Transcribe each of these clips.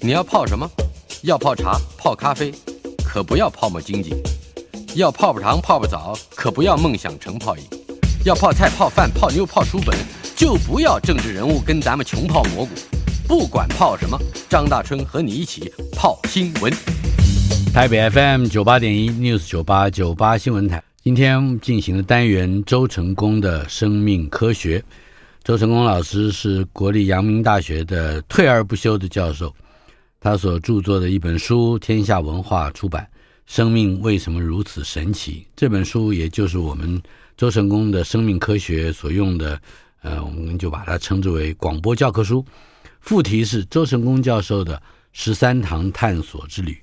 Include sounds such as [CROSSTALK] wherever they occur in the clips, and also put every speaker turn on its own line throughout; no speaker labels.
你要泡什么？要泡茶、泡咖啡，可不要泡沫经济；要泡泡糖、泡泡澡，可不要梦想成泡影；要泡菜、泡饭、泡妞、泡书本，就不要政治人物跟咱们穷泡蘑菇。不管泡什么，张大春和你一起泡新闻。
台北 FM 九八点一 News 九八九八新闻台，今天进行的单元周成功的生命科学。周成功老师是国立阳明大学的退而不休的教授，他所著作的一本书，天下文化出版，《生命为什么如此神奇》这本书，也就是我们周成功的生命科学所用的，呃，我们就把它称之为广播教科书。副题是周成功教授的十三堂探索之旅。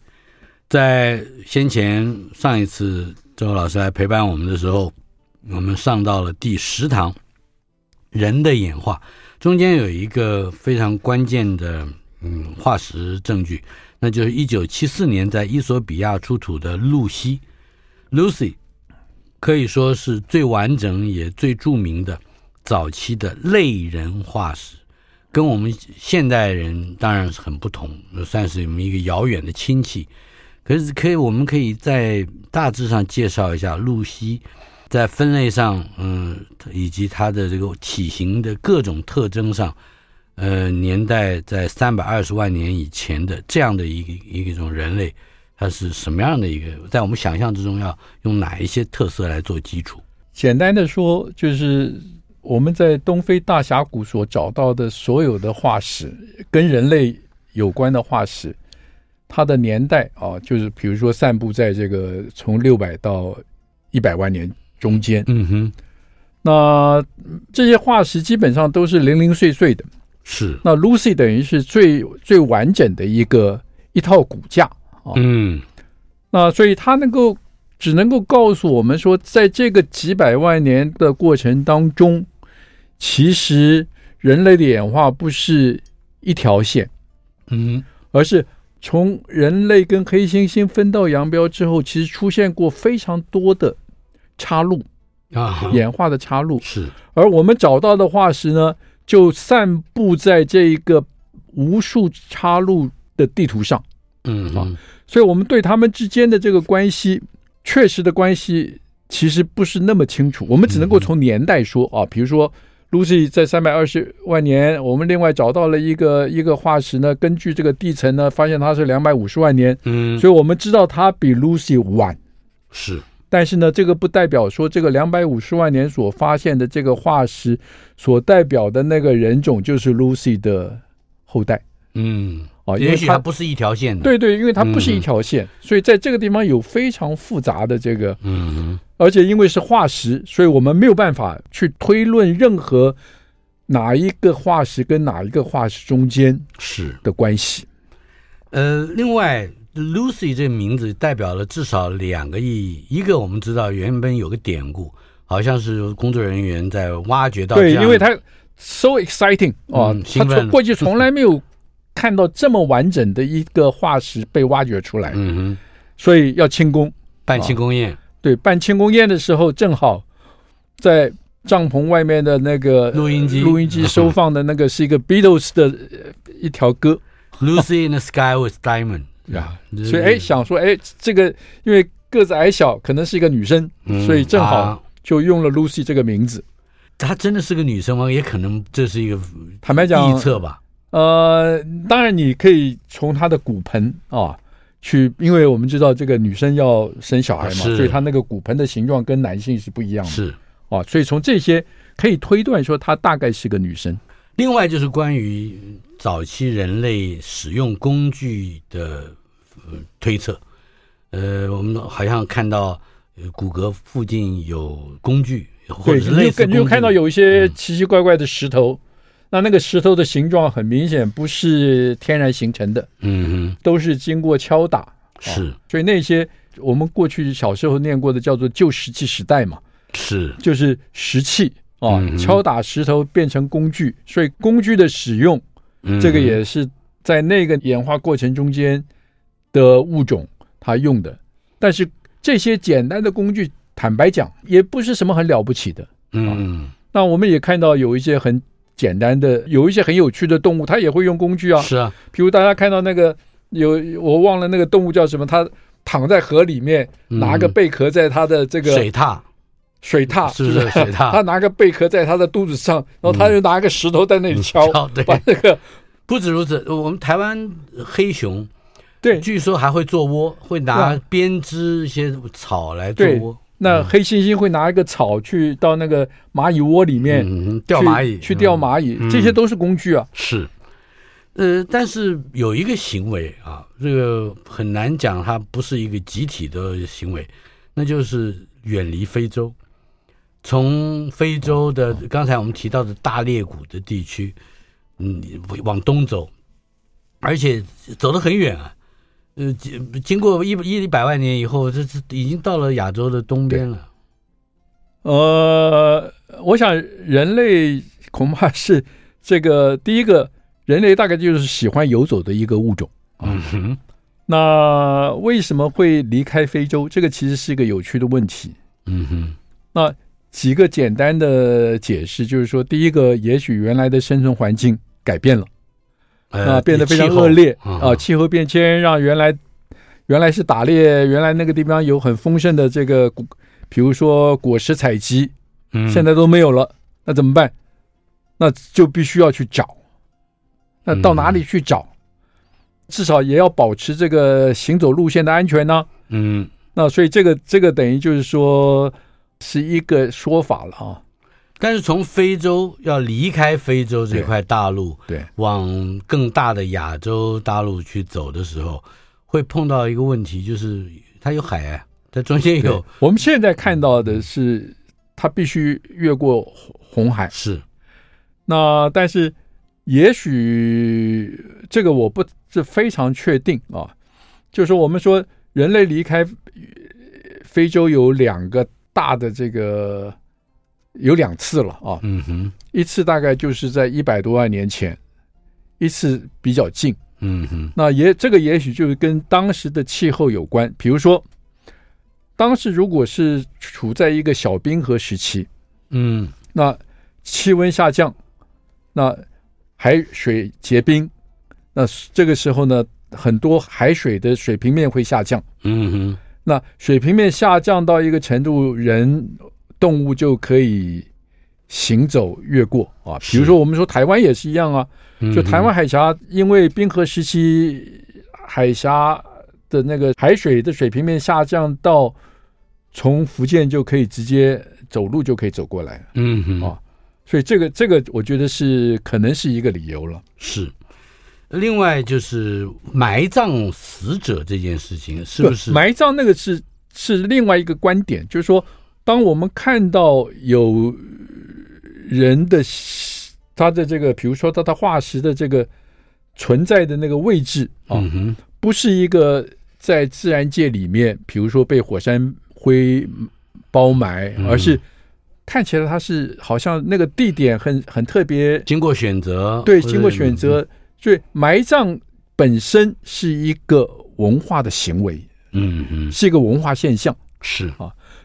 在先前上一次周老师来陪伴我们的时候，我们上到了第十堂人的演化，中间有一个非常关键的嗯化石证据，那就是一九七四年在伊索比亚出土的露西 （Lucy），可以说是最完整也最著名的早期的类人化石。跟我们现代人当然是很不同，算是我们一个遥远的亲戚。可是可以，我们可以在大致上介绍一下露西在分类上，嗯，以及它的这个体型的各种特征上，呃，年代在三百二十万年以前的这样的一个一个一种人类，它是什么样的一个？在我们想象之中，要用哪一些特色来做基础？
简单的说，就是我们在东非大峡谷所找到的所有的化石，跟人类有关的化石，它的年代啊，就是比如说散布在这个从六百到一百万年中间。
嗯哼，
那嗯这些化石基本上都是零零碎碎的。
是，
那 Lucy 等于是最最完整的一个一套骨架啊。
嗯
那所以它能够只能够告诉我们说，在这个几百万年的过程当中，其实人类的演化不是一条线，
嗯，
而是从人类跟黑猩猩分道扬镳之后，其实出现过非常多的岔路，
啊，
演化的岔路。
是，
而我们找到的化石呢，就散布在这一个无数岔路的地图上。
嗯
啊所以我们对他们之间的这个关系，确实的关系其实不是那么清楚。我们只能够从年代说
嗯
啊，比如说 Lucy 在三百二十万年，我们另外找到了一个一个化石呢，根据这个地层呢，发现它是两百五十万年，
嗯，
所以我们知道它比 Lucy 晚。
是，
但是呢，这个不代表说这个两百五十万年所发现的这个化石所代表的那个人种就是 Lucy 的后代
嗯，
啊，因
也
为
许
它
它不是一条线的。，
对对，因为它不是
嗯
一条线，所以在这个地方有非常复杂的这个，
嗯
而且因为是化石，所以我们没有办法去推论任何哪一个化石跟哪一个化石中间
是。
的关系。
呃，另外，Lucy 这个名字代表了至少两个意义。一个我们知道原本有个典故，好像是工作人员在挖掘到
对，
这样
因为它 so exciting 啊
嗯，
它
兴奋
从过去从来没有看到这么完整的一个化石被挖掘出来，
嗯哼
所以要庆功。
办庆功宴，
对，办庆功宴的时候，正好在帐篷外面的那个
录音机
录音机收放的那个是一个 Beatles 的呃一条歌
Lucy in the Sky with Diamond》
啊，
嗯
所以哎，想说哎，这个因为个子矮小，可能是一个女生，
嗯
[LAUGHS] 所以正
啊
好就用了 Lucy 这个名字。
她真的是个女生吗？也可能这是一个
坦白讲
臆，测吧。
呃，当然你可以从她的骨盆啊。去，因为我们知道这个女生要生小孩嘛，
是
所以她那个骨盆的形状跟男性是不一样的
是。
啊，所以从这些可以推断说她大概是个女生。
另外就是关于早期人类使用工具的、呃、推测，呃，我们好像看到、呃、骨骼附近有工具，或
对，
者是
你就
类似
看你就
工具嗯
看到有一些奇奇怪怪的石头，那那个石头的形状很明显不是天然形成的，
嗯
都是经过敲打，
哼，是
所以那些我们过去小时候念过的叫做旧石器时代嘛，
是
就是石器啊，
嗯
敲打石头变成工具，所以工具的使用，
嗯
这个也是在那个演化过程中间的物种它用的，但是这些简单的工具，坦白讲也不是什么很了不起的。
嗯
那我们也看到有一些很简单的，有一些很有趣的动物，它也会用工具啊。
是啊，
比如大家看到那个有我忘了那个动物叫什么，它躺在河里面，
嗯
拿个贝壳在它的这个
水獭
水獭，
是不是水獭
[LAUGHS] 它拿个贝壳在它的肚子上，然后它就拿个石头在那里敲，
哦 [LAUGHS] 对，
把那个
不止如此，我们台湾黑熊
对
据说还会做窝，会拿
对
编织一些草来做
啊对
窝，
那黑猩猩会拿一个草去到那个蚂蚁窝里面
嗯，钓蚂蚁
去去钓
嗯
蚂蚁
嗯，
这些都是工具啊。
是，呃，但是有一个行为啊，这个很难讲，它不是一个集体的行为，那就是远离非洲，从非洲的刚才我们提到的大裂谷的地区，嗯，往东走，而且走得很远啊。呃，经经过一一一百万年以后，这这已经到了亚洲的东边了。嗯
呃，我想人类恐怕是这个第一个，人类大概就是喜欢游走的一个物种。
嗯哼，
那为什么会离开非洲？这个其实是一个有趣的问题。
嗯哼，
几个简单的解释就是说，第一个，也许原来的生存环境改变了。啊、
呃，
变得非常
气候
恶劣
啊
啊、气候变迁让原来原来是打猎，原来那个地方有很丰盛的这个谷，比如说果实采集，
嗯
现在都没有了，那怎么办？那就必须要去找，那到哪
嗯
里去找？至少也要保持这个行走路线的安全呢、
嗯，
那所以这个这个等于就是说是一个说法了啊。
但是从非洲要离开非洲这块大陆，
对，
往更大的亚洲大陆去走的时候，会碰到一个问题，就是它有海啊，它中间有
我们现在看到的是，它必须越过红红海。
是
那但是，也许这个我不是非常确定啊。就是说我们说人类离开呃非洲有两个大的这个有两次了啊，
嗯哼，
一次大概就是在一百多万年前，一次比较近。
嗯哼，
那也这个也许就是跟当时的气候有关，比如说。当时如果是处在一个小冰河时期，
嗯
那气温下降，那海水结冰，那这个时候呢，很多海水的水平面会下降。
嗯哼，
那水平面下降到一个程度，人动物就可以行走越过啊。
是
比如说，我们说台湾也是一样啊，
嗯哼
就台湾海峡，因为冰河时期海峡的那个海水的水平面下降到从福建就可以直接走路就可以走过来。
嗯哼
哦所以这个这个，我觉得是可能是一个理由了。
是。另外就是埋葬死者这件事情，是不是？
埋葬那个是是另外一个观点，就是说，当我们看到有人的他的这个，比如说他的化石的这个存在的那个位置啊，
嗯哼，
不是一个在自然界里面，比如说被火山灰包埋，
嗯
而是看起来它是好像那个地点很很特别，
经过选择，
对，
啊或者嗯
经过选，择，所以埋葬本身是一个文化的行为，
嗯哼，
是一个文化现象。
是，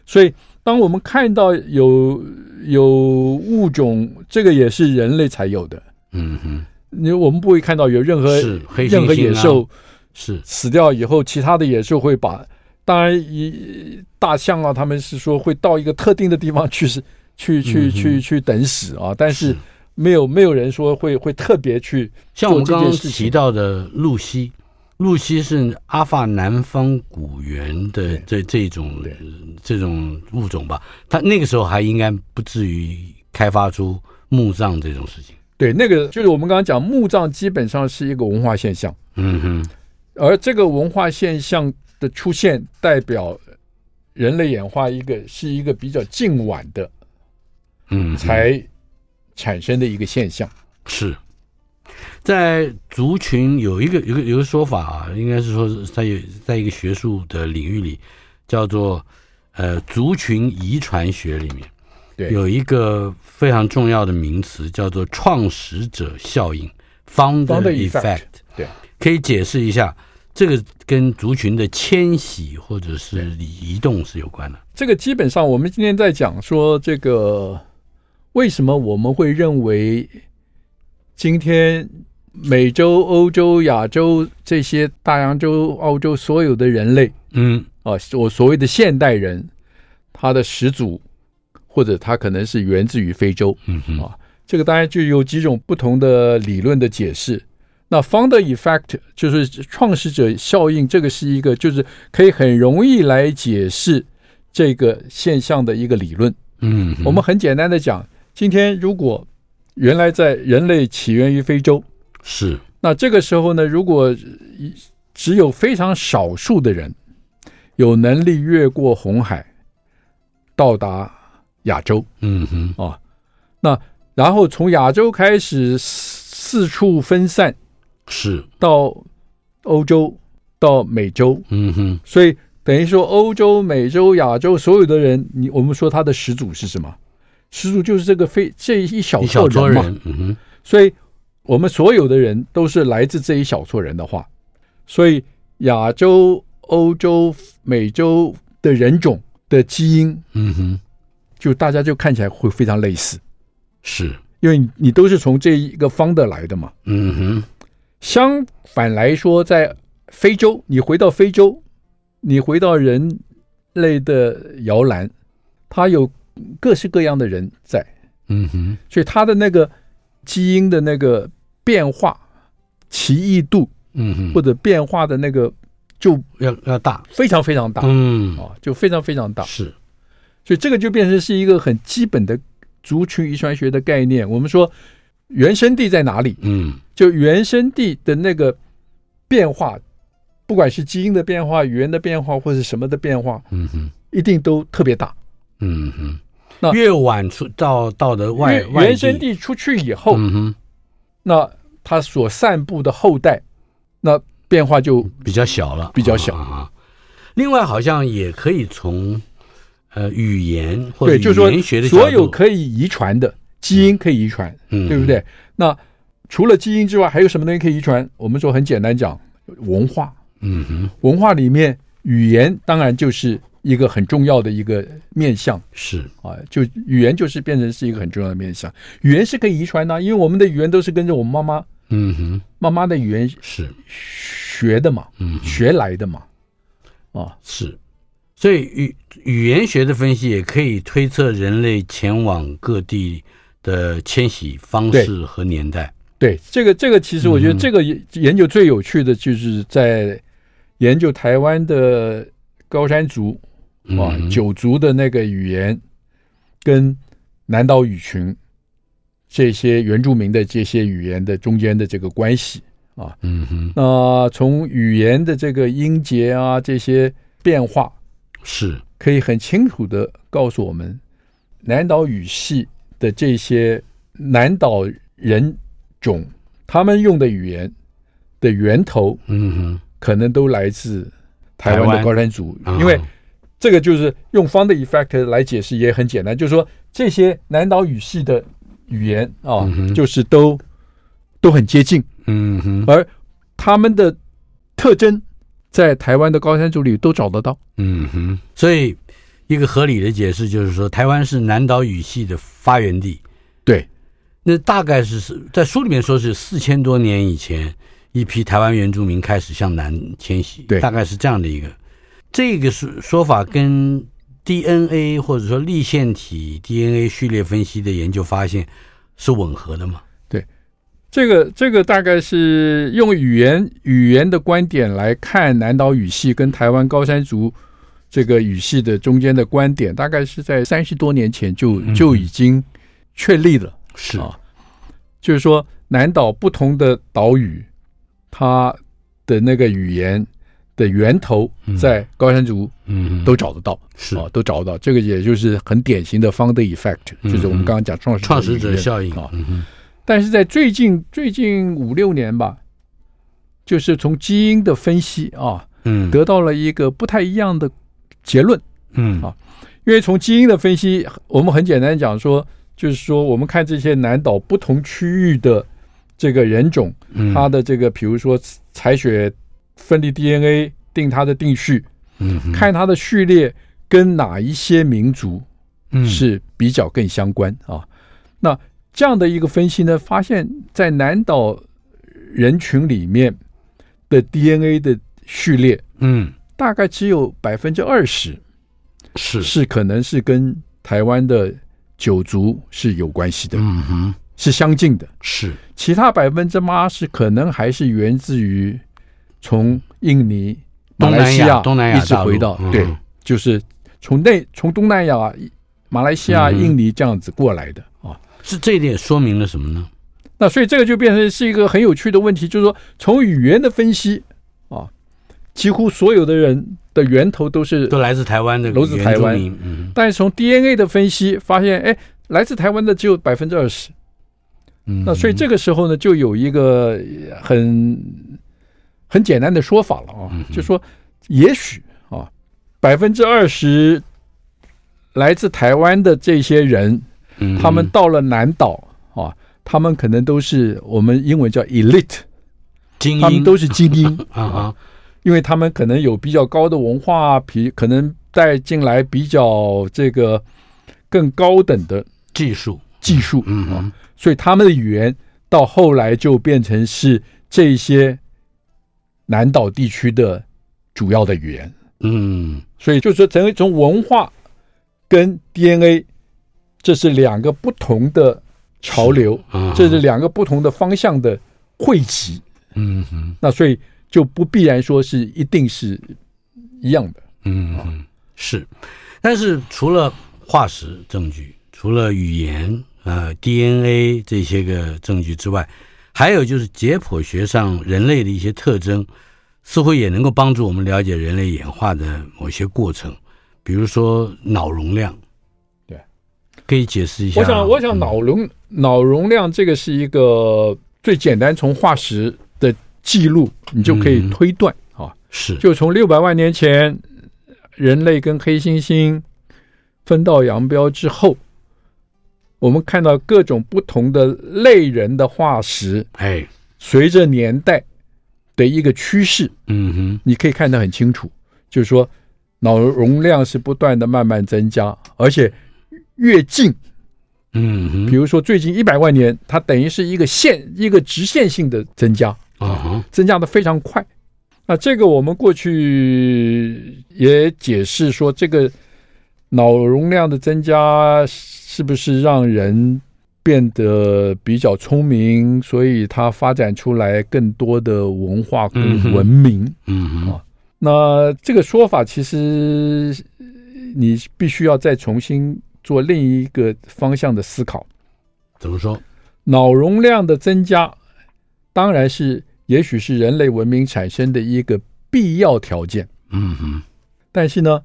所以，当我们看到有有物种，这个也是人类才有的，
嗯哼，
你我们不会看到有任何
是黑猩猩、啊、
任何野兽
是，
死掉以后，其他的野兽会把，当然一大象啊，他们是说会到一个特定的地方去是去去
嗯哼
去去等死啊，但是没有没有人说会会特别去。
像我们
做
刚
这件
刚
事情
提到的露西，露西是阿法南方古猿的这这种
对
这种物种吧？它那个时候还应该不至于开发出墓葬这种事情。
对，那个就是我们刚刚讲墓葬，基本上是一个文化现象，
嗯哼，
而这个文化现象的出现，代表人类演化一个是一个比较近晚的
嗯哼，
才产生的一个现象。
是在族群有一个有一个有一个说法啊，应该是说是它有在一个学术的领域里叫做呃族群遗传学里面，
对
有一个非常重要的名词叫做创始者效应 （founder
Founder effect，
effect）。
对，
可以解释一下这个跟族群的迁徙或者是移动是有关的。
这个基本上我们今天在讲说这个为什么我们会认为今天美洲、欧洲、亚洲这些大洋洲、澳洲所有的人类
嗯
啊，我所谓的现代人，他的始祖或者他可能是源自于非洲，
嗯哼
啊这个当然就有几种不同的理论的解释。那 founder effect 就是创始者效应，这个是一个就是可以很容易来解释这个现象的一个理论。
嗯哼，
我们很简单的讲，今天如果原来在人类起源于非洲，
是
那这个时候呢，如果一只有非常少数的人有能力越过红海到达亚洲，
嗯哼
啊，那然后从亚洲开始四四处分散
是
到欧洲，到美洲，
嗯哼
所以等于说欧洲、美洲、亚洲所有的人，你我们说他的始祖是什么？始祖就是这个非这一小
一小
撮
撮
人嘛。
人，嗯哼
所以我们所有的人都是来自这一小撮人的话，所以亚洲、欧洲、美洲的人种的基因，
嗯哼
就大家就看起来会非常类似。
是
因为你你都是从这一个方的来的嘛。
嗯哼
相反来说，在非洲，你回到非洲，你回到人类的摇篮，它有各式各样的人在，
嗯哼
所以它的那个基因的那个变化、奇异度
嗯
或
哼，
者变化的那个就
要要大，
非常非常大啊、
嗯
就非常非常大。
是
所以这个就变成是一个很基本的族群遗传学的概念。我们说原生地在哪里？
嗯
就原生地的那个变化，不管是基因的变化、语言的变化，或是什么的变化，
嗯哼
一定都特别大。
嗯哼，
那
越晚出到到的外
因为
外
原生地出去以后，
嗯哼
那它所散布的后代，那变化就
比较小了，
比较小
啊啊啊另外，好像也可以从呃语言或者
对，就是说
语言学的角
所有
度
可以遗传的基因可以遗传，
嗯
对不？对？那除了基因之外，还有什么东西可以遗传？我们说很简单讲，文化，
嗯哼，
文化里面语言当然就是一个很重要的一个面向。
是
啊，就语言就是变成是一个很重要的面向。语言是可以遗传的啊，因为我们的语言都是跟着我们妈妈
嗯哼
妈妈的语言
是
学的嘛，
嗯哼
学来的嘛。啊，
是，所以语语言学的分析也可以推测人类前往各地的迁徙方式和年代。
对，这个这个其实我觉得
嗯
这个也研究最有趣的就是在研究台湾的高山族啊、
嗯哼
九族的那个语言跟南岛语群这些原住民的这些语言的中间的这个关系。
嗯哼
那、从语言的这个音节啊这些变化，
是
可以很清楚的告诉我们，南岛语系的这些南岛人种，他们用的语言的源头，
嗯
可能都来自台
台
湾
湾
的高山族，
哼，
因为
啊
这个就是用 f o n d effect 来解释也很简单，就是说这些南岛语系的语言啊，
嗯哼
就是都都很接近。
嗯哼
而他们的特征在台湾的高山族里都找得到。
嗯哼，所以一个合理的解释就是说，台湾是南岛语系的发源地。
对，
那大概是是在书里面说是四千多年以前，一批台湾原住民开始向南迁徙，
对
大概是这样的一个。这个说说法跟 DNA 或者说立腺体 DNA 序列分析的研究发现是吻合的嘛？
这个这个大概是用语言语言的观点来看南岛语系跟台湾高山族这个语系的中间的观点，大概是在三十多年前就
嗯
就已经确立了。
是
啊就是说，南岛不同的岛屿，它的那个语言的源头在高山族
嗯，
都找得到。
是
啊，都找得到。这个也就是很典型的 founder effect，、
嗯
就是我们刚刚讲创始
创始者
理论
效应
啊。
嗯哼
但是在最近最近五六年吧，就是从基因的分析啊，
嗯，
得到了一个不太一样的结论。
嗯
啊因为从基因的分析，我们很简单讲说，就是说我们看这些南岛不同区域的这个人种，
嗯
它的这个比如说采血分离 DNA 定它的定序，
嗯哼
看它的序列跟哪一些民族
嗯
是比较更相关啊。那这样的一个分析呢，发现在南岛人群里面的 DNA 的序列，
嗯，
大概只有百分之二十
是，
是可能是跟台湾的九族是有关系的，
嗯哼，
是相近的。
是，
其他百分之八十可能还是源自于从印尼、马
东
来
南
西
亚、东南亚
一直
大陆
回到
嗯
对，就是从内从东南亚、马来西亚、
嗯哼
印尼这样子过来的啊。
是这一点说明了什么呢？
那所以这个就变成是一个很有趣的问题，就是说从语言的分析啊，几乎所有的人的源头都是
都来自台湾的
都自台湾
原住民，嗯
但是从 DNA 的分析发现，哎，来自台湾的只有百分之二十。
嗯，
那所以这个时候呢，就有一个呃很很简单的说法了啊
嗯，哼
就说也许啊，百分之二十来自台湾的这些人，
嗯
他们到了南岛啊，他们可能都是我们英文叫 elite，
精英
他们都是精英
啊哈，
因为他们可能有比较高的文化，啊比可能带进来比较这个更高等的
技术，
技术
嗯
啊，
哼，
所以他们的语言到后来就变成是这些南岛地区的主要的语言。
嗯，
所以就是说，整个从文化跟 DNA，这是两个不同的潮流，
啊哈
这是两个不同的方向的汇集。
嗯哼，
那所以就不必然说是一定是一样的。
嗯哼，是，但是除了化石证据，除了语言、呃 DNA 这些个证据之外，还有就是解剖学上人类的一些特征，似乎也能够帮助我们了解人类演化的某些过程，比如说脑容量，
对，
可以解释一下。嗯
我想，我想脑容脑容量这个是一个最简单，从化石的记录你就可以
嗯
推断啊。
是
就从六百万年前人类跟黑猩猩分道扬镳之后，我们看到各种不同的类人的化石，
哎，
随着年代的一个趋势，
嗯哼，
你可以看得很清楚，就是说脑容量是不断的慢慢增加，而且越近，
嗯哼，
比如说最近一百万年，它等于是一个线一个直线性的增加。
啊哈，
增加的非常快。那这个我们过去也解释说，这个脑容量的增加是不是让人变得比较聪明，所以它发展出来更多的文化
嗯哼
跟文明。
嗯哼
哦，那这个说法其实呃你必须要再重新做另一个方向的思考。
怎么说？
脑容量的增加，当然是也许是人类文明产生的一个必要条件。
嗯哼，
但是呢，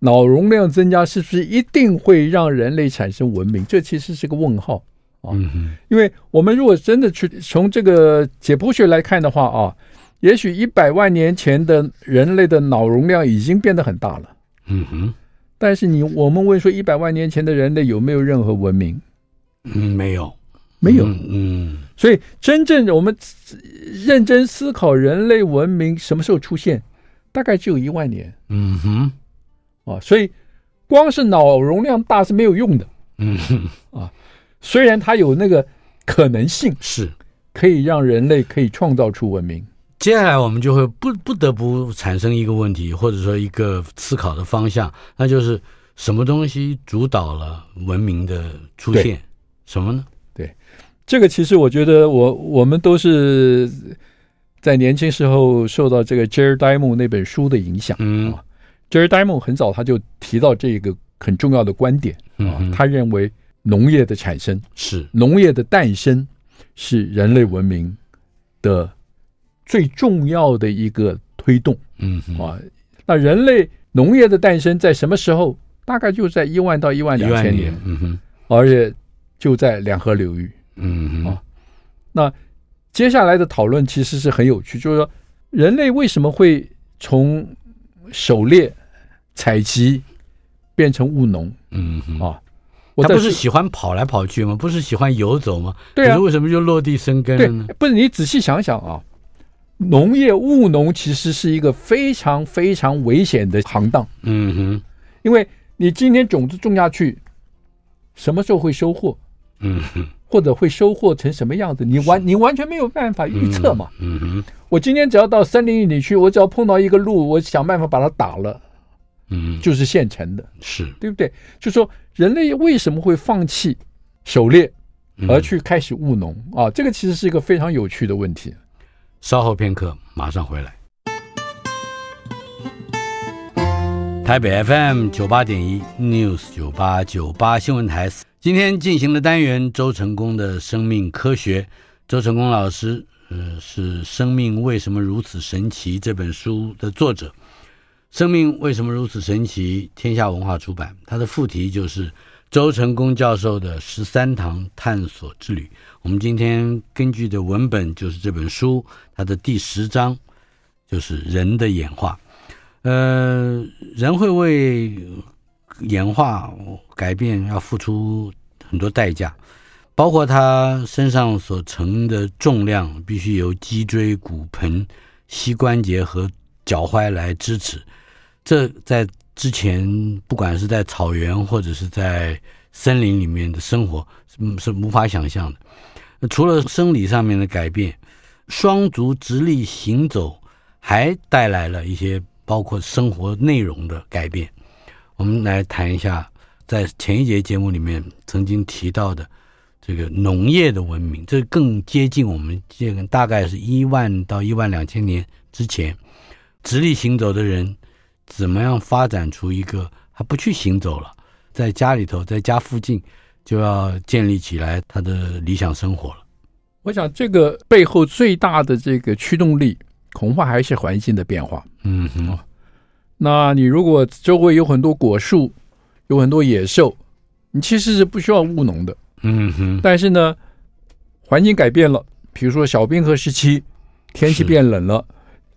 脑容量增加是不是一定会让人类产生文明？这其实是个问号。
嗯哼，
因为我们如果真的去从这个解剖学来看的话啊，也许一百万年前的人类的脑容量已经变得很大了。
嗯哼，
但是你我们问说，一百万年前的人类有没有任何文明？
嗯，没有，
没有。
嗯，嗯，
所以，真正我们呃认真思考人类文明什么时候出现，大概只有一万年
嗯哼，
啊。所以，光是脑容量大是没有用的。
嗯哼，
虽然它有那个可能性，
是。
可以让人类可以创造出文明。
接下来我们就会不不得不产生一个问题，或者说一个思考的方向，那就是什么东西主导了文明的出现？什么呢？
这个其实我觉得我，我们都是在年轻时候受到这个 Jerry Diamond 那本书的影响。
嗯
啊 Jerry Diamond 很早他就提到这个很重要的观点
嗯
啊
哼，
他认为农业的产生。
是
农业的诞生是人类文明的最重要的一个推动
嗯哼，
啊。那人类农业的诞生在什么时候？大概就在一万到一万
一
两
万
千
年
年，，
嗯哼，
而且就在两河流域。
嗯哼
啊，接下来的讨论其实是很有趣，就是说人类为什么会从狩猎、采集变成务农
嗯哼，
啊？我
他
在
不是喜欢跑来跑去吗？不是喜欢游走吗？
对啊
可是为什么就落地生根了
对
呢？，
不是你仔细想想啊，农业务农其实是一个非常非常危险的行当，
嗯哼，
因为你今天种子种下去，什么时候会收获？
嗯哼，
或者会收获成什么样子，你完你完全没有办法预测嘛。
嗯哼，
我今天只要到森林里去，我只要碰到一个鹿，我想办法把它打了，
嗯，
就是现成的，
是，
对不对？就说人类为什么会放弃狩猎
嗯
而去开始务农啊？这个其实是一个非常有趣的问题。
稍后片刻，马上回来。台北 FM 九八点一 News 九八九八新闻台，今天进行的单元周成功的生命科学。周成功老师，呃，是《生命为什么如此神奇》这本书的作者，《生命为什么如此神奇》天下文化出版，它的副题就是周成功教授的十三堂探索之旅。我们今天根据的文本就是这本书，它的第十章就是人的演化。呃，人会为演化改变要付出很多代价，包括他身上所承的重量必须由脊椎、骨盆、膝关节和脚踝来支持。这在之前，不管是在草原或者是在森林里面的生活，嗯是无法想象的。除了生理上面的改变，双足直立行走还带来了一些包括生活内容的改变。我们来谈一下，在前一节节目里面曾经提到的这个农业的文明，这更接近我们这个大概是一万到一万两千年之前，直立行走的人怎么样发展出一个他不去行走了，在家里头，在家附近就要建立起来他的理想生活了。
我想这个背后最大的这个驱动力，恐怕还是环境的变化。
嗯哼，
那你如果周围有很多果树，有很多野兽，你其实是不需要务农的。
嗯哼，
但是呢，环境改变了，比如说小冰河时期，天气
是
变冷了，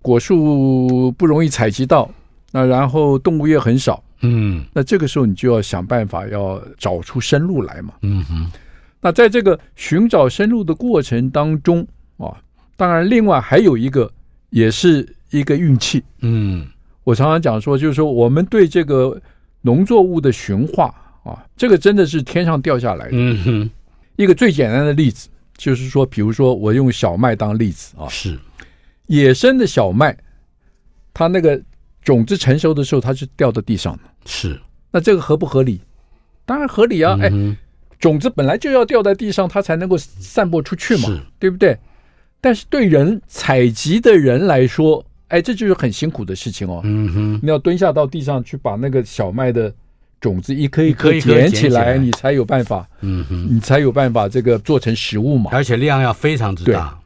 果树不容易采集到，那然后动物也很少，
嗯
那这个时候你就要想办法要找出生路来嘛。
嗯哼，
那在这个寻找生路的过程当中啊，当然另外还有一个也是一个运气，
嗯
我常常讲说，就是说我们对这个农作物的驯化啊，这个真的是天上掉下来的。
嗯哼，
一个最简单的例子就是说，比如说我用小麦当例子啊，
是，
野生的小麦，它那个种子成熟的时候，它是掉到地上的。
是
那这个合不合理？当然合理啊！哎，
嗯
种子本来就要掉在地上，它才能够散播出去嘛
是，
对不对？但是对人采集的人来说，哎，这就是很辛苦的事情哦。
嗯哼，
你要蹲下到地上去把那个小麦的种子一颗一颗
一颗一颗捡
捡起
起
来，
来
你才有办法，
嗯哼，
你才有办法这个做成食物嘛。
而且量要非常之大。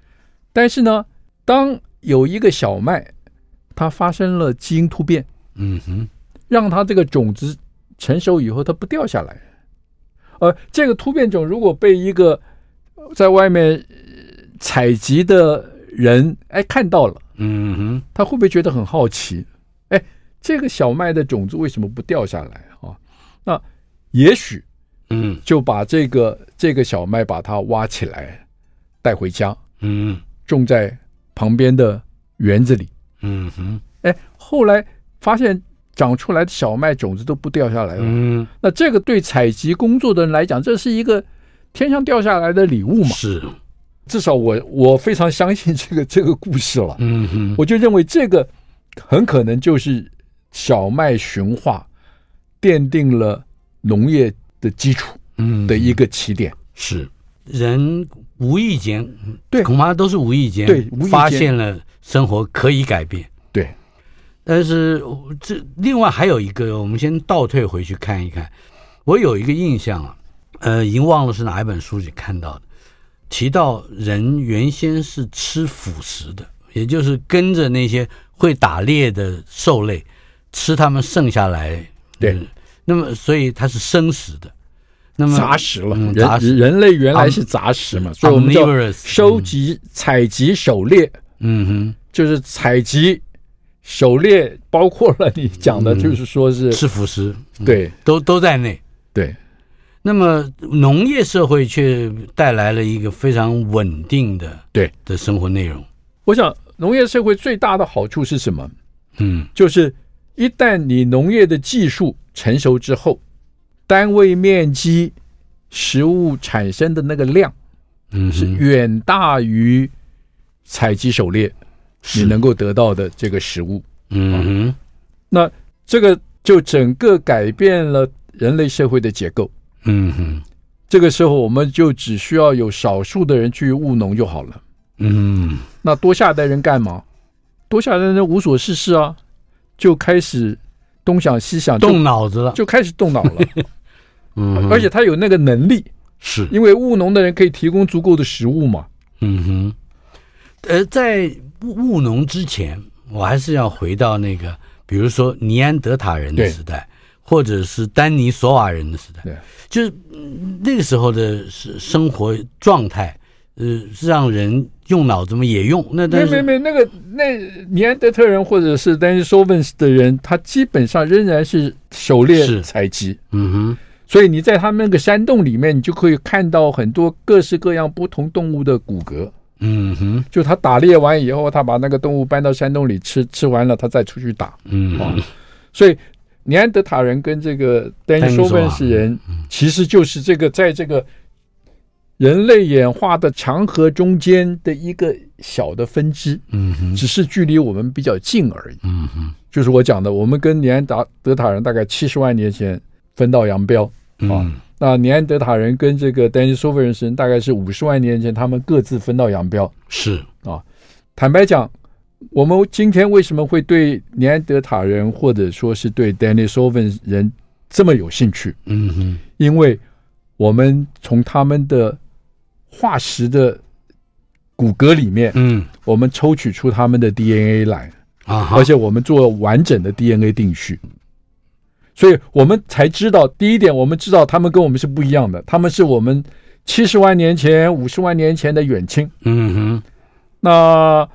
但是呢，当有一个小麦它发生了基因突变，
嗯哼，
让它这个种子成熟以后它不掉下来，而这个突变种如果被一个呃在外面呃采集的人哎看到了，
嗯哼，
他会不会觉得很好奇？哎，这个小麦的种子为什么不掉下来啊？那也许
嗯
就把这个这个小麦把它挖起来，带回家，
嗯
种在旁边的园子里。
嗯哼，
哎，后来发现长出来的小麦种子都不掉下来了。
嗯
那这个对采集工作的人来讲，这是一个天上掉下来的礼物嘛？
是，
至少我我非常相信这个这个故事了。
嗯哼，
我就认为这个很可能就是小麦驯化奠定了农业的基础
嗯
的一个起点。
是人无意间，
对
恐怕都是无意间，
对无意间
发现了生活可以改变。
对，
但是我这另外还有一个，我们先倒退回去看一看。我有一个印象啊，呃，已经忘了是哪一本书里看到的，提到人原先是吃腐食的，也就是跟着那些会打猎的兽类吃它们剩下来。
对
嗯那么所以它是生食的。那么
杂食了，
嗯
人
杂食嗯
人类原来是杂食嘛，所以我们叫
omnivorous
收集、采集、狩猎，
嗯哼。
就是采集、狩猎，包括了你讲的，就是说是、
嗯是腐蚀，
对
都都在内。
对，
那么农业社会却带来了一个非常稳定的
对
的生活内容。
我想农业社会最大的好处是什么？
嗯
就是一旦你农业的技术成熟之后，单位面积、食物产生的那个量
嗯
是
哼
远大于采集狩猎你
是
能够得到的这个食物。
嗯哼
这个就整个改变了人类社会的结构。
嗯哼
这个时候，我们就只需要有少数的人去务农就好了。
嗯
那多下一代人干嘛？多下一代人无所事事啊，就开始东想西想，就
动脑子了，
就开始动脑了。
[LAUGHS] 嗯哼
而且他有那个能力，
是
因为务农的人可以提供足够的食物嘛。
嗯哼，呃，在务务农之前，我还是要回到那个，比如说尼安德塔人的
对
时代，或者是丹尼索瓦人的时代
对，
就是嗯那个时候的生生活状态，呃，是让人用脑子嘛也用，那
没
但
没
是
没，那个那尼安德特人或者是丹尼索文斯的人，他基本上仍然是狩
是
猎采集。
嗯哼，
所以你在他们那个山洞里面，你就可以看到很多各式各样不同动物的骨骼。
嗯哼，
就他打猎完以后，他把那个动物搬到山洞里吃，吃完了他再出去打。
嗯哼，
所以尼安德塔人跟这个丹
丹
尼
尼
索
索瓦嗯
文斯人，其实就是这个在这个人类演化的长河中间的一个小的分支，
嗯哼，
只是距离我们比较近而已。
嗯哼，
就是我讲的，我们跟尼安达德塔人大概七十万年前分道扬镳。
嗯
那尼安德塔人跟这个丹尼索夫人神大概是五十万年前，他们各自分道扬镳。
是，
坦白讲，我们今天为什么会对尼安德塔人或者说是对丹尼索夫人这么有兴趣？
嗯哼，
因为我们从他们的化石的骨骼里面，
嗯
我们抽取出他们的 DNA 来。
啊哈
而，且我们做完整的 DNA 定序，所以我们才知道第一点，我们知道他们跟我们是不一样的，他们是我们七十万年前、五十万年前的远亲。
嗯哼，
那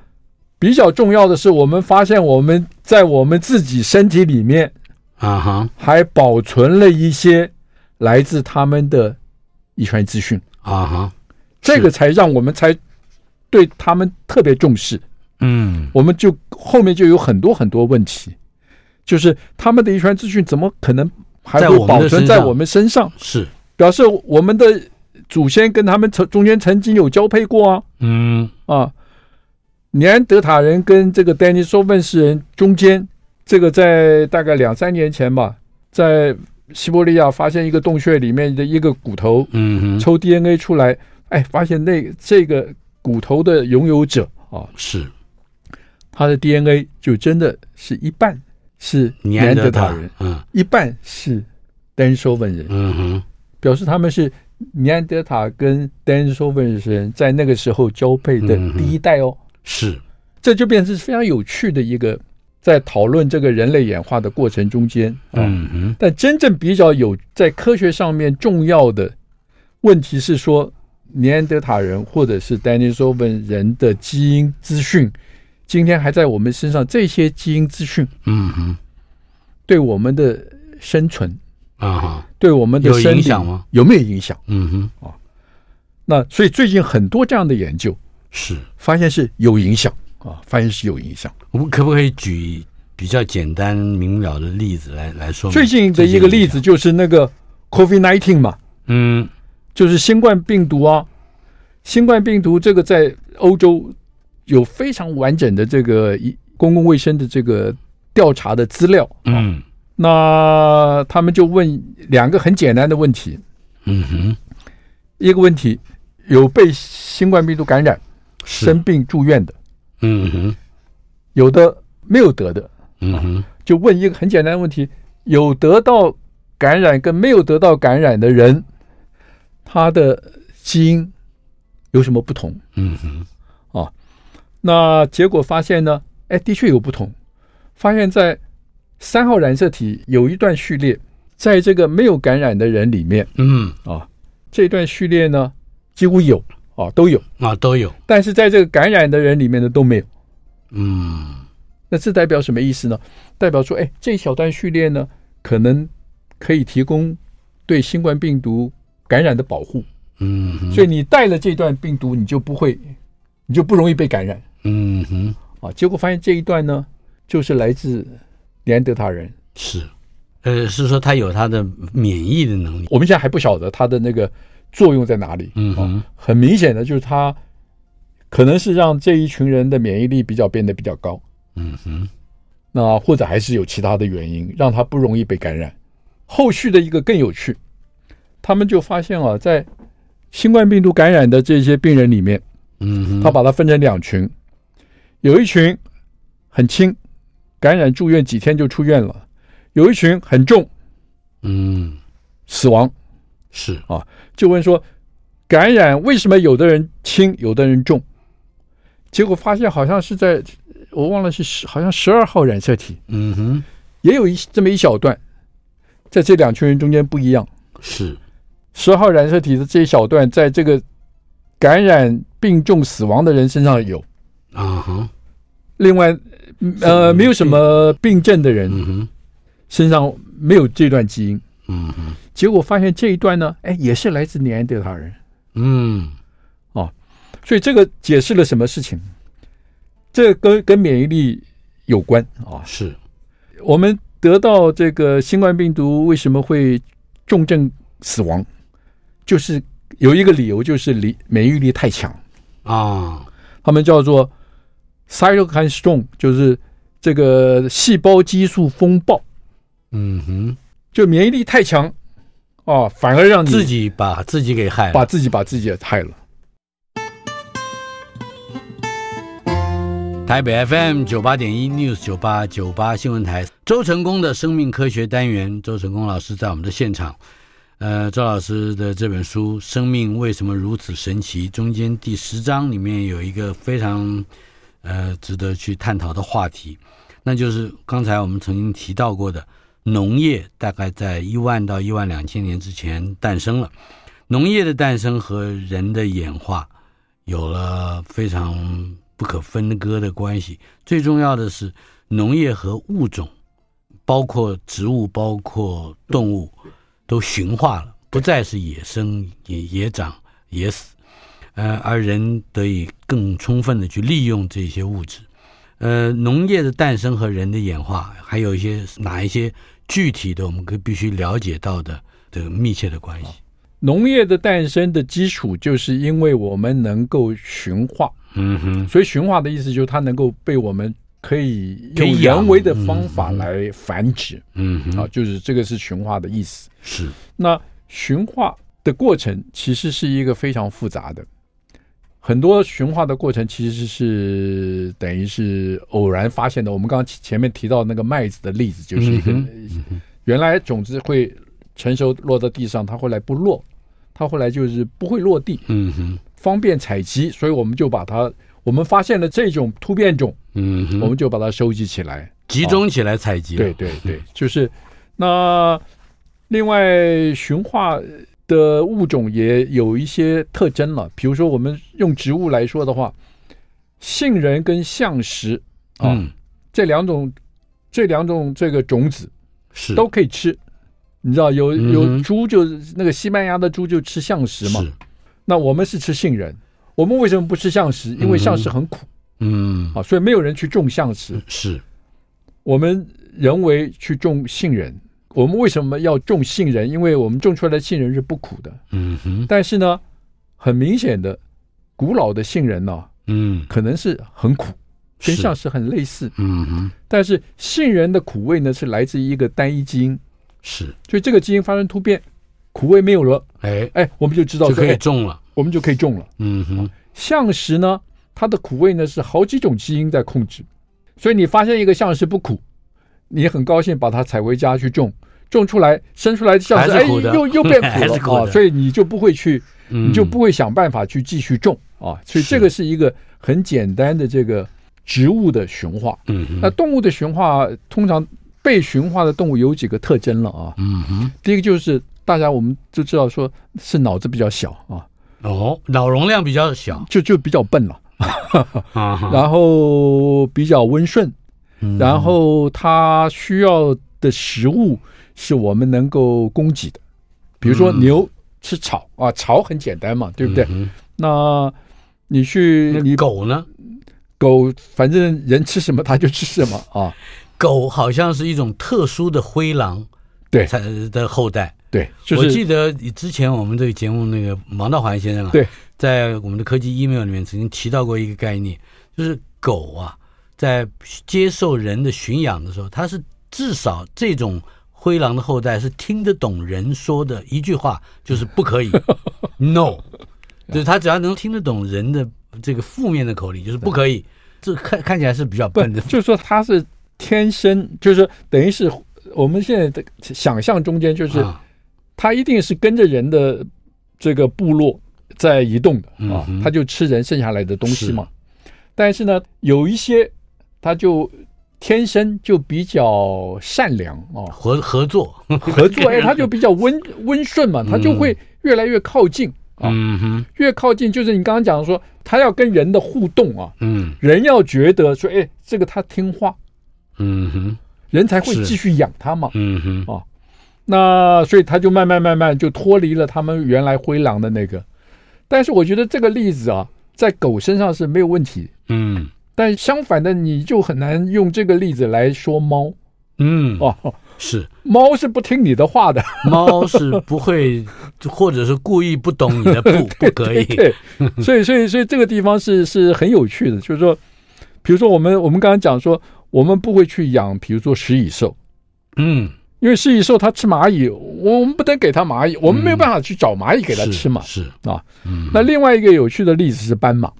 比较重要的是，我们发现我们在我们自己身体里面
啊哈，
还保存了一些来自他们的遗传资讯，
啊哈，
这个才让我们才对他们特别重视。
嗯
我们就后面就有很多很多问题，就是他们的遗传资讯怎么可能还
在
会
我们的
保存
身上
在我们身上？
是，
表示我们的祖先跟他们曾中间曾经有交配过啊
嗯
啊！尼安德塔人跟这个丹尼索文斯人中间，这个在大概两三年前吧，在西伯利亚发现一个洞穴里面的一个骨头，
嗯哼，
抽 DNA 出来，哎，发现那这个骨头的拥有者啊，
是。
他的 DNA 就真的是一半是
尼
尼
安
安
德
德
塔
塔
人
人，，
嗯
一半是丹索文人，
嗯哼，
表示他们是尼安德塔跟丹索文人在那个时候交配的
嗯哼
第一代哦。
是，
这就变成是非常有趣的一个，在讨论这个人类演化的过程中间啊。
嗯哼，
但真正比较有在科学上面重要的问题是说，尼安德塔人或者是丹尼索文人的基因资讯，今天还在我们身上，这些基因资讯
嗯哼，
对我们的生存、
啊哈，
对我们的
有
生
影
理
响吗？
有没有影响？
嗯哼，
那所以最近很多这样的研究
是。
发现是有影响啊，发现是有影响。
我们可不可以举比较简单明了的例子来来说明？
嗯最近的一个例子就是那个 COVID nineteen 嘛，
嗯，
就是新冠病毒啊，新冠病毒这个在欧洲有非常完整的这个一公共卫生的这个调查的资料。
嗯
那他们就问两个很简单的问题，
嗯哼，
一个问题有被新冠病毒感染
是
生，病住院的，
嗯哼，
有的没有得的，
嗯哼，
就问一个很简单的问题：有得到感染跟没有得到感染的人，他的基因有什么不同？
嗯哼，
那结果发现呢，哎，的确有不同。发现在三号染色体有一段序列，在这个没有感染的人里面
嗯
啊，这段序列呢几乎有啊都有，
啊都有，
但是在这个感染的人里面呢都没有。
嗯
那这代表什么意思呢？代表说，哎，这一小段序列呢，可能可以提供对新冠病毒感染的保护，
嗯哼，
所以你带了这段病毒，你就不会，你就不容易被感染
嗯哼
啊。结果发现这一段呢，就是来自尼安德塔人。
是，呃，是说他有他的免疫的能力，
我们现在还不晓得他的那个作用在哪里。
嗯
啊
哼，
很明显的就是它可能是让这一群人的免疫力比较变得比较高，
嗯哼，
那或者还是有其他的原因，让它不容易被感染。后续的一个更有趣，他们就发现啊，在新冠病毒感染的这些病人里面，
嗯哼，
他把它分成两群，有一群很轻，感染住院几天就出院了；有一群很重，
嗯，
死亡。
是，
就问说，感染为什么有的人轻，有的人重？结果发现好像是在，我忘了是十，好像十二号染色体
嗯哼，
也有一这么一小段，在这两群人中间不一样。
是，
十号染色体的这一小段，在这个感染病重死亡的人身上有，
啊哈，
另外，呃，没有什么病症的人
嗯哼，
身上没有这段基因。
嗯哼，
结果发现这一段呢，哎，也是来自尼安德塔人。
嗯，
所以这个解释了什么事情？这跟跟免疫力有关啊。
是，
我们得到这个新冠病毒为什么会重症死亡，就是有一个理由，就是离免疫力太强，
啊，
他们叫做 cytokine storm，就是这个细胞激素风暴，
嗯哼，
就免疫力太强啊，反而让你
自己把自己给害了，
把自己把自己也害了。
台北 FM 九八点一 News 九八九八新闻台，周成功的生命科学单元，周成功老师在我们的现场。呃，周老师的这本书《生命为什么如此神奇》中间第十章里面有一个非常呃值得去探讨的话题，那就是刚才我们曾经提到过的农业，大概在一万到一万两千年之前诞生了。农业的诞生和人的演化，有了非常不可分割的关系。最重要的是，农业和物种，包括植物、包括动物，都驯化了，不再是野生、野野长、野死，呃，而人得以更充分的去利用这些物质。呃，农业的诞生和人的演化，还有一些哪一些具体的，我们可以必须了解到的这个密切的关系。
农业的诞生的基础，就是因为我们能够驯化，
嗯哼，
所以驯化的意思就是它能够被我们可以
可
用
以养
人为的方法来繁殖、
嗯
啊
哼，，
就是这个是驯化的意思。
是，
那驯化的过程其实是一个非常复杂的，很多驯化的过程其实是等于是偶然发现的。我们刚刚前面提到那个麦子的例子，就是一个、
嗯
原来种子会成熟落到地上，它后来不落，它后来就是不会落地，
嗯哼，
方便采集，所以我们就把它，我们发现了这种突变种，
嗯哼，
我们就把它收集起来。
集中起来采集了。
对对
嗯
对，就是那另外驯化的物种也有一些特征了，比如说我们用植物来说的话，杏仁跟橡实啊、
嗯，
这两种这两种这个种子
是
都可以吃。你知道有
嗯
有
哼
猪就是那个西班牙的猪就吃橡实嘛，
是，
那我们是吃杏仁，我们为什么不吃橡实？因为橡实很苦
嗯，
啊，所以没有人去种橡实。
是，
我们人为去种杏仁，我们为什么要种杏仁？因为我们种出来的杏仁是不苦的。
嗯哼，
但是呢，很明显的，古老的杏仁呢、
嗯，
可能是很苦，跟
是
橡实很类似。
嗯哼，
但是杏仁的苦味呢，是来自一个单一基因，
是，
所以这个基因发生突变，苦味没有了，
哎，
哎，我们就知道
就
说，
可以
哎，
种了。
我们就可以种了。
嗯
哦
哼，
橡实呢，它的苦味呢是好几种基因在控制，所以你发现一个橡实不苦，你很高兴把它采回家去种，种出来生出来的橡实，
还
哎，
是苦的
又又变苦
[LAUGHS] 还
了
是苦的
啊，所以你就不会去，
嗯
你就不会想办法去继续种啊，所以这个是一个很简单的这个植物的驯化。
嗯
那
哼，
动物的驯化，通常被驯化的动物有几个特征了啊，
嗯哼，
第一个就是大家我们就知道说是脑子比较小啊，
哦，脑容量比较小
就就比较笨了。
啊哈，
嗯然后比较温顺，
嗯
然后它需要的食物是我们能够供给的，比如说
嗯
牛吃草啊，草很简单嘛，对不对？
嗯
那你
哼
去
那
你
狗呢？
狗，反正人吃什么它就吃什么啊，
狗好像是一种特殊的灰狼
对
才的后代，
对，就
我
是
记得之前我们这个节目那个王道环先生啊，
对，
在我们的科技 email 里面曾经提到过一个概念，就是狗啊，在接受人的驯养的时候，它是至少这种灰狼的后代是听得懂人说的一句话，就是不可
[LAUGHS]
以，no，就是它只要能听得懂人的这个负面的口令，就是不可以。这看看起来是比较
不
笨的，
就是说它是天生，就是说等于是我们现在的想象中间，就是
啊
它一定是跟着人的这个部落在移动的啊
嗯哼，
它就吃人剩下来的东西
是
嘛。但是呢，有一些它就天生就比较善良哦，
合合作，[LAUGHS]
合作哎，它就比较温温顺嘛，它就会越来越靠近啊，
嗯哼，
越靠近就是你刚刚讲说，它要跟人的互动啊，
嗯
人要觉得说，哎，这个它听话，
嗯哼，
人才会
是
继续养它嘛。
嗯哼，
那所以它就慢慢慢慢就脱离了他们原来灰狼的那个。但是我觉得这个例子啊，在狗身上是没有问题，
嗯
但相反的，你就很难用这个例子来说猫
嗯，
哦，
是。
猫是不听你的
[LAUGHS]
话的，
猫是不会，或者是故意不懂你的不，不可以。
[LAUGHS] 对，所以所以所以这个地方是是很有趣的，就是说，比如说我们我们刚刚讲说，我们不会去养，比如说食蚁兽。
嗯，
因为食蚁兽它吃蚂蚁，我们不能给它蚂蚁，我们没有办法去找蚂蚁给它
是
吃嘛。
是
啊，
嗯，
那另外一个有趣的例子是斑马，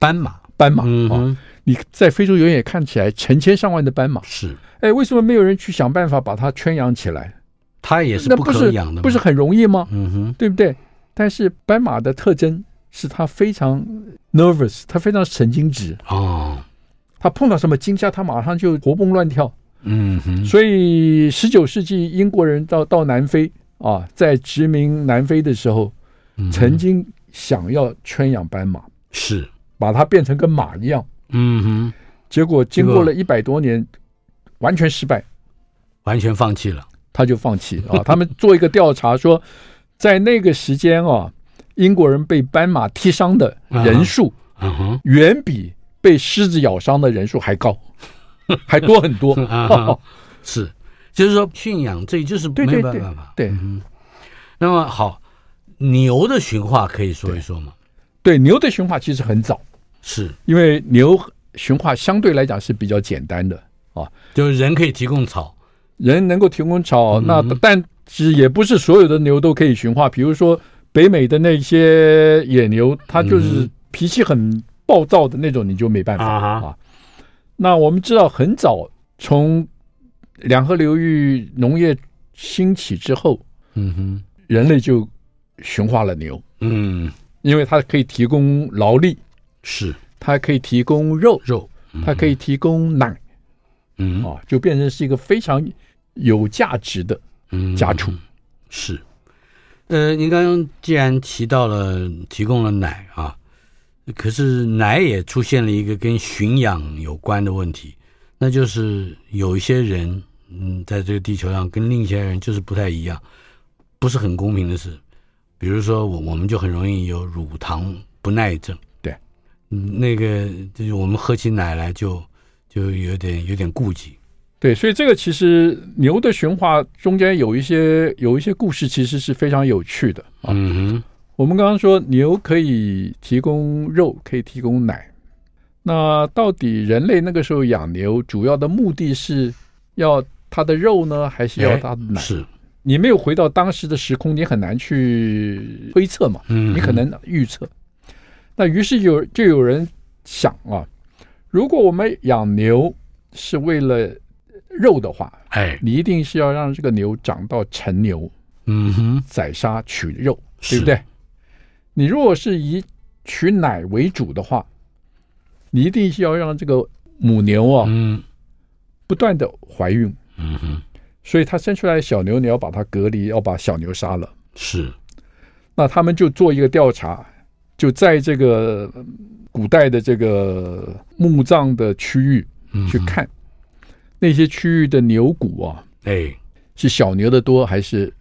斑马，
斑马啊、
嗯哼，
你在非洲永远看起来成千上万的斑马，
是，
哎，为什么没有人去想办法把它圈养起来？
它也是
那
不
不
可
是
养的嘛，
不是很容易吗？
嗯哼，
对不对？但是斑马的特征是它非常 nervous，它非常神经质，
哦，
它碰到什么惊吓，它马上就活蹦乱跳。
嗯哼，
所以，十九世纪英国人到到南非啊，在殖民南非的时候，
嗯哼
曾经想要圈养斑马，
是，
把它变成跟马一样，
嗯哼，
结果经
这
过
个
了一百多年，完全失败。
完全放弃了。
他就
[LAUGHS]
放弃啊。他们做一个调查说，在那个时间啊，英国人被斑马踢伤的人数
嗯哼，
远比被狮子咬伤的人数还
[LAUGHS]
高，还多很多。 [LAUGHS] 哦
啊哈，是，就是说驯养这就是没
对对
有
对
办法。
对
那么好，牛的驯化可以说一说吗？
对，牛的驯化其实很早，
是，
因为牛驯化相对来讲是比较简单的，
就是人可以提供草，
人能够提供草，
嗯
那但是也不是所有的牛都可以驯化，比如说北美的那些野牛，它就
嗯
是脾气很暴躁的那种，你就没办法
啊哈
啊。那我们知道，很早从两河流域农业兴起之后，
嗯哼，
人类就驯化了牛，
嗯，
因为它可以提供劳力，
是
它可以提供肉，
肉，
它可以提供奶
嗯
啊，就变成是一个非常有价值的
嗯
家畜。
是，呃，您刚刚既然提到了提供了奶啊，可是奶也出现了一个跟驯养有关的问题，那就是有一些人，嗯，在这个地球上跟另一些人就是不太一样，不是很公平的事。比如说我我们就很容易有乳糖不耐症，
对，
嗯，那个就是我们喝起奶来就就有点有点顾忌，
对，所以这个其实牛的驯化中间有一些有一些故事，其实是非常有趣的啊。
嗯哼，
我们刚刚说牛可以提供肉，可以提供奶，那到底人类那个时候养牛主要的目的是要它的肉呢，还是要
哎
它的奶？
是，
你没有回到当时的时空，你很难去推测嘛。
嗯，
你可，能预测。那于是有就有人想啊，如果我们养牛是为了肉的话，
哎，
你一定是要让这个牛长到成牛，
嗯哼，
宰杀取肉，对
是
不对？你如果是以取奶为主的话，你一定是要让这个母牛啊
嗯
不断的怀孕，
嗯哼。
所以它生出来的小牛，你要把它隔离，要把小牛杀了。
是，
那他们就做一个调查，就在这个嗯古代的这个墓葬的区域
嗯
去看，那些区域的牛骨啊，
哎，
是小牛的多还是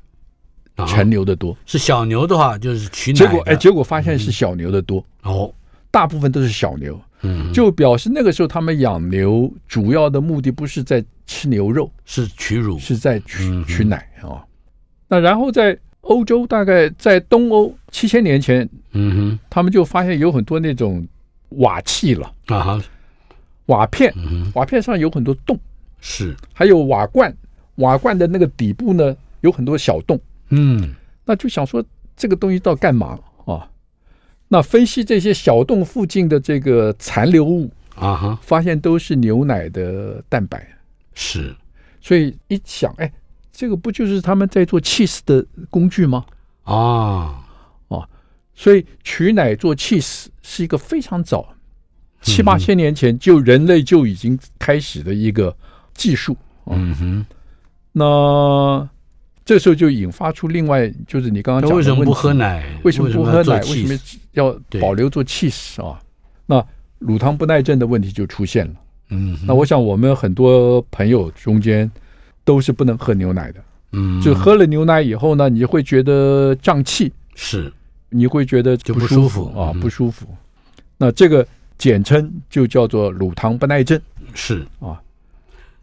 啊
成牛的多？
是小牛的话，就是取奶
结
的。嗯
果哎，结果发现是小牛的多，
哦，
大部分都是小牛，
嗯，
就表示那个时候他们养牛主要的目的不是在吃牛肉，
是取乳，
是在取
嗯嗯哼
取奶啊。那然后在欧洲，大概在东欧七千年前，
嗯
他们就发现有很多那种瓦器了，
哼，啊哈，
瓦片，
嗯哼，
瓦片上有很多洞，
是，
还有瓦罐，瓦罐的那个底部呢有很多小洞，
嗯
那就想说这个东西到底干嘛啊？那分析这些小洞附近的这个残留物，
啊哈，
发现都是牛奶的蛋白，
是
所以一想，哎，这个不就是他们在做 cheese 的工具吗？
啊，
所以取奶做 cheese 是一个非常早，七八千年前就人类就已经开始的一个技术。
嗯哼，
那这时候就引发出另外就是你刚刚
那
讲的
为什么
问
不
题
喝？奶？
为什么不喝
要做
奶？为什
cheese？
么要保留做 cheese 啊？那乳糖不耐症的问题就出现了。
嗯哼，
那我想我们很多朋友中间都是不能喝牛奶的，
嗯，
就喝了牛奶以后呢，你会觉得胀气，
是
你会觉得
就不舒
舒
服
啊，
嗯
不舒服。那这个简称就叫做乳糖不耐症。
是
啊。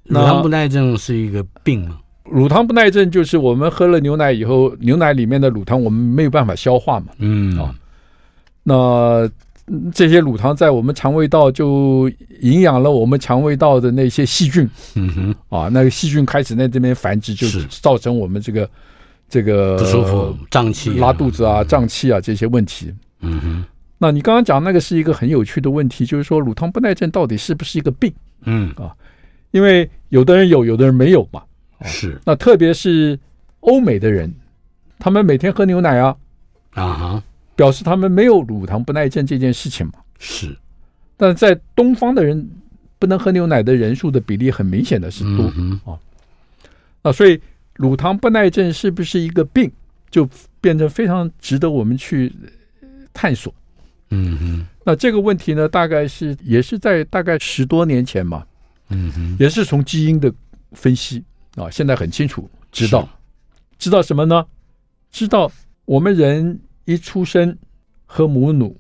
乳
那
糖不耐症是一个病吗？
乳糖不耐症就是我们喝了牛奶以后，牛奶里面的乳糖我们没有办法消化嘛，
嗯
啊那嗯这些乳糖在我们肠胃道就营养了我们肠胃道的那些细菌
嗯哼，
啊，那个细菌开始在这边繁殖，就是造成我们这个这个
不舒服、、胀气、
拉肚子啊、，胀气啊这些问题。
嗯哼，
那你刚刚讲那个是一个很有趣的问题，就是说乳糖不耐症到底是不是一个病？
嗯
因为有的人有，有的人没有嘛。
是
那特别是欧美的人，他们每天喝牛奶啊，
啊哈
表示他们没有乳糖不耐症这件事情嘛。
是
但在东方的人不能喝牛奶的人数的比例很明显的是多，
嗯哼
那所以乳糖不耐症是不是一个病，就变成非常值得我们去呃探索。
嗯哼
那这个问题呢，大概是也是在大概十多年前嘛，
嗯哼，
也是从基因的分析啊，现在很清楚知道
是，
知道什么呢？知道我们人一出生喝母乳，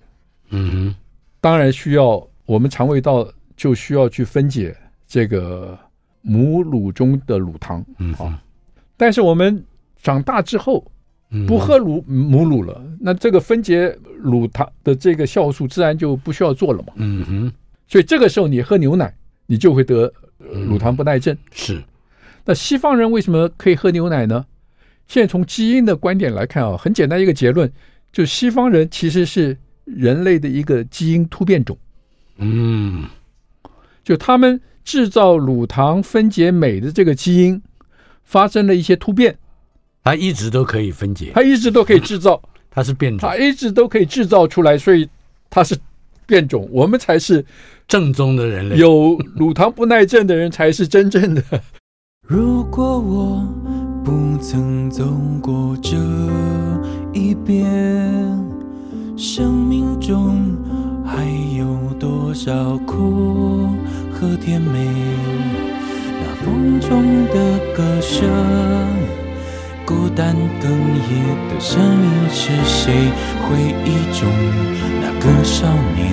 嗯哼
当然需要我们肠胃道就需要去分解这个母乳中的乳糖，
嗯
好但是我们长大之后
嗯哼，
不喝乳母乳了，那这个分解乳糖的这个酵素自然就不需要做了嘛。
嗯哼，嗯
所以这个时候你喝牛奶，你就会得呃乳糖不耐症。
哼是
那西方人为什么可以喝牛奶呢？现在从基因的观点来看啊，很简单一个结论，就西方人其实是人类的一个基因突变种。
嗯
就他们制造乳糖分解酶的这个基因发生了一些突变，
它一直都可以分解，
它一直都可以制造，
它是变种
它一直都可以制造出来，所以它是变种。我们才是
正宗的人类
有乳糖不耐症的人才是真正的。
如果我不曾走过这一边，生命中还有多少苦和甜美？那风中的歌声，孤单哽咽的声音是谁？回忆中那个少年，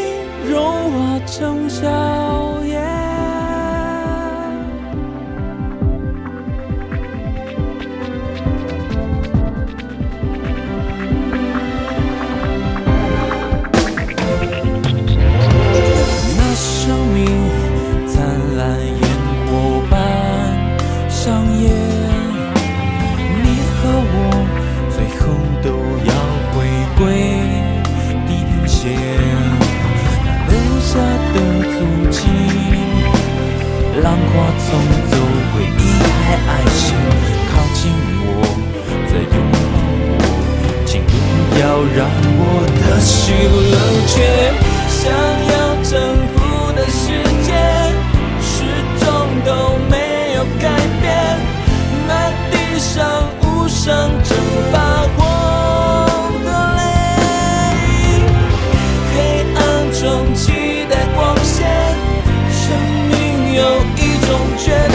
融化成笑颜。那生命灿烂烟火般上演，你和我最后都要回归地平线，那留下的足迹，浪花冲走回忆和爱情，靠近我，再拥抱我。请不要让我的心冷却。想要征服的世界，始终都没有改变。那地上无声全哎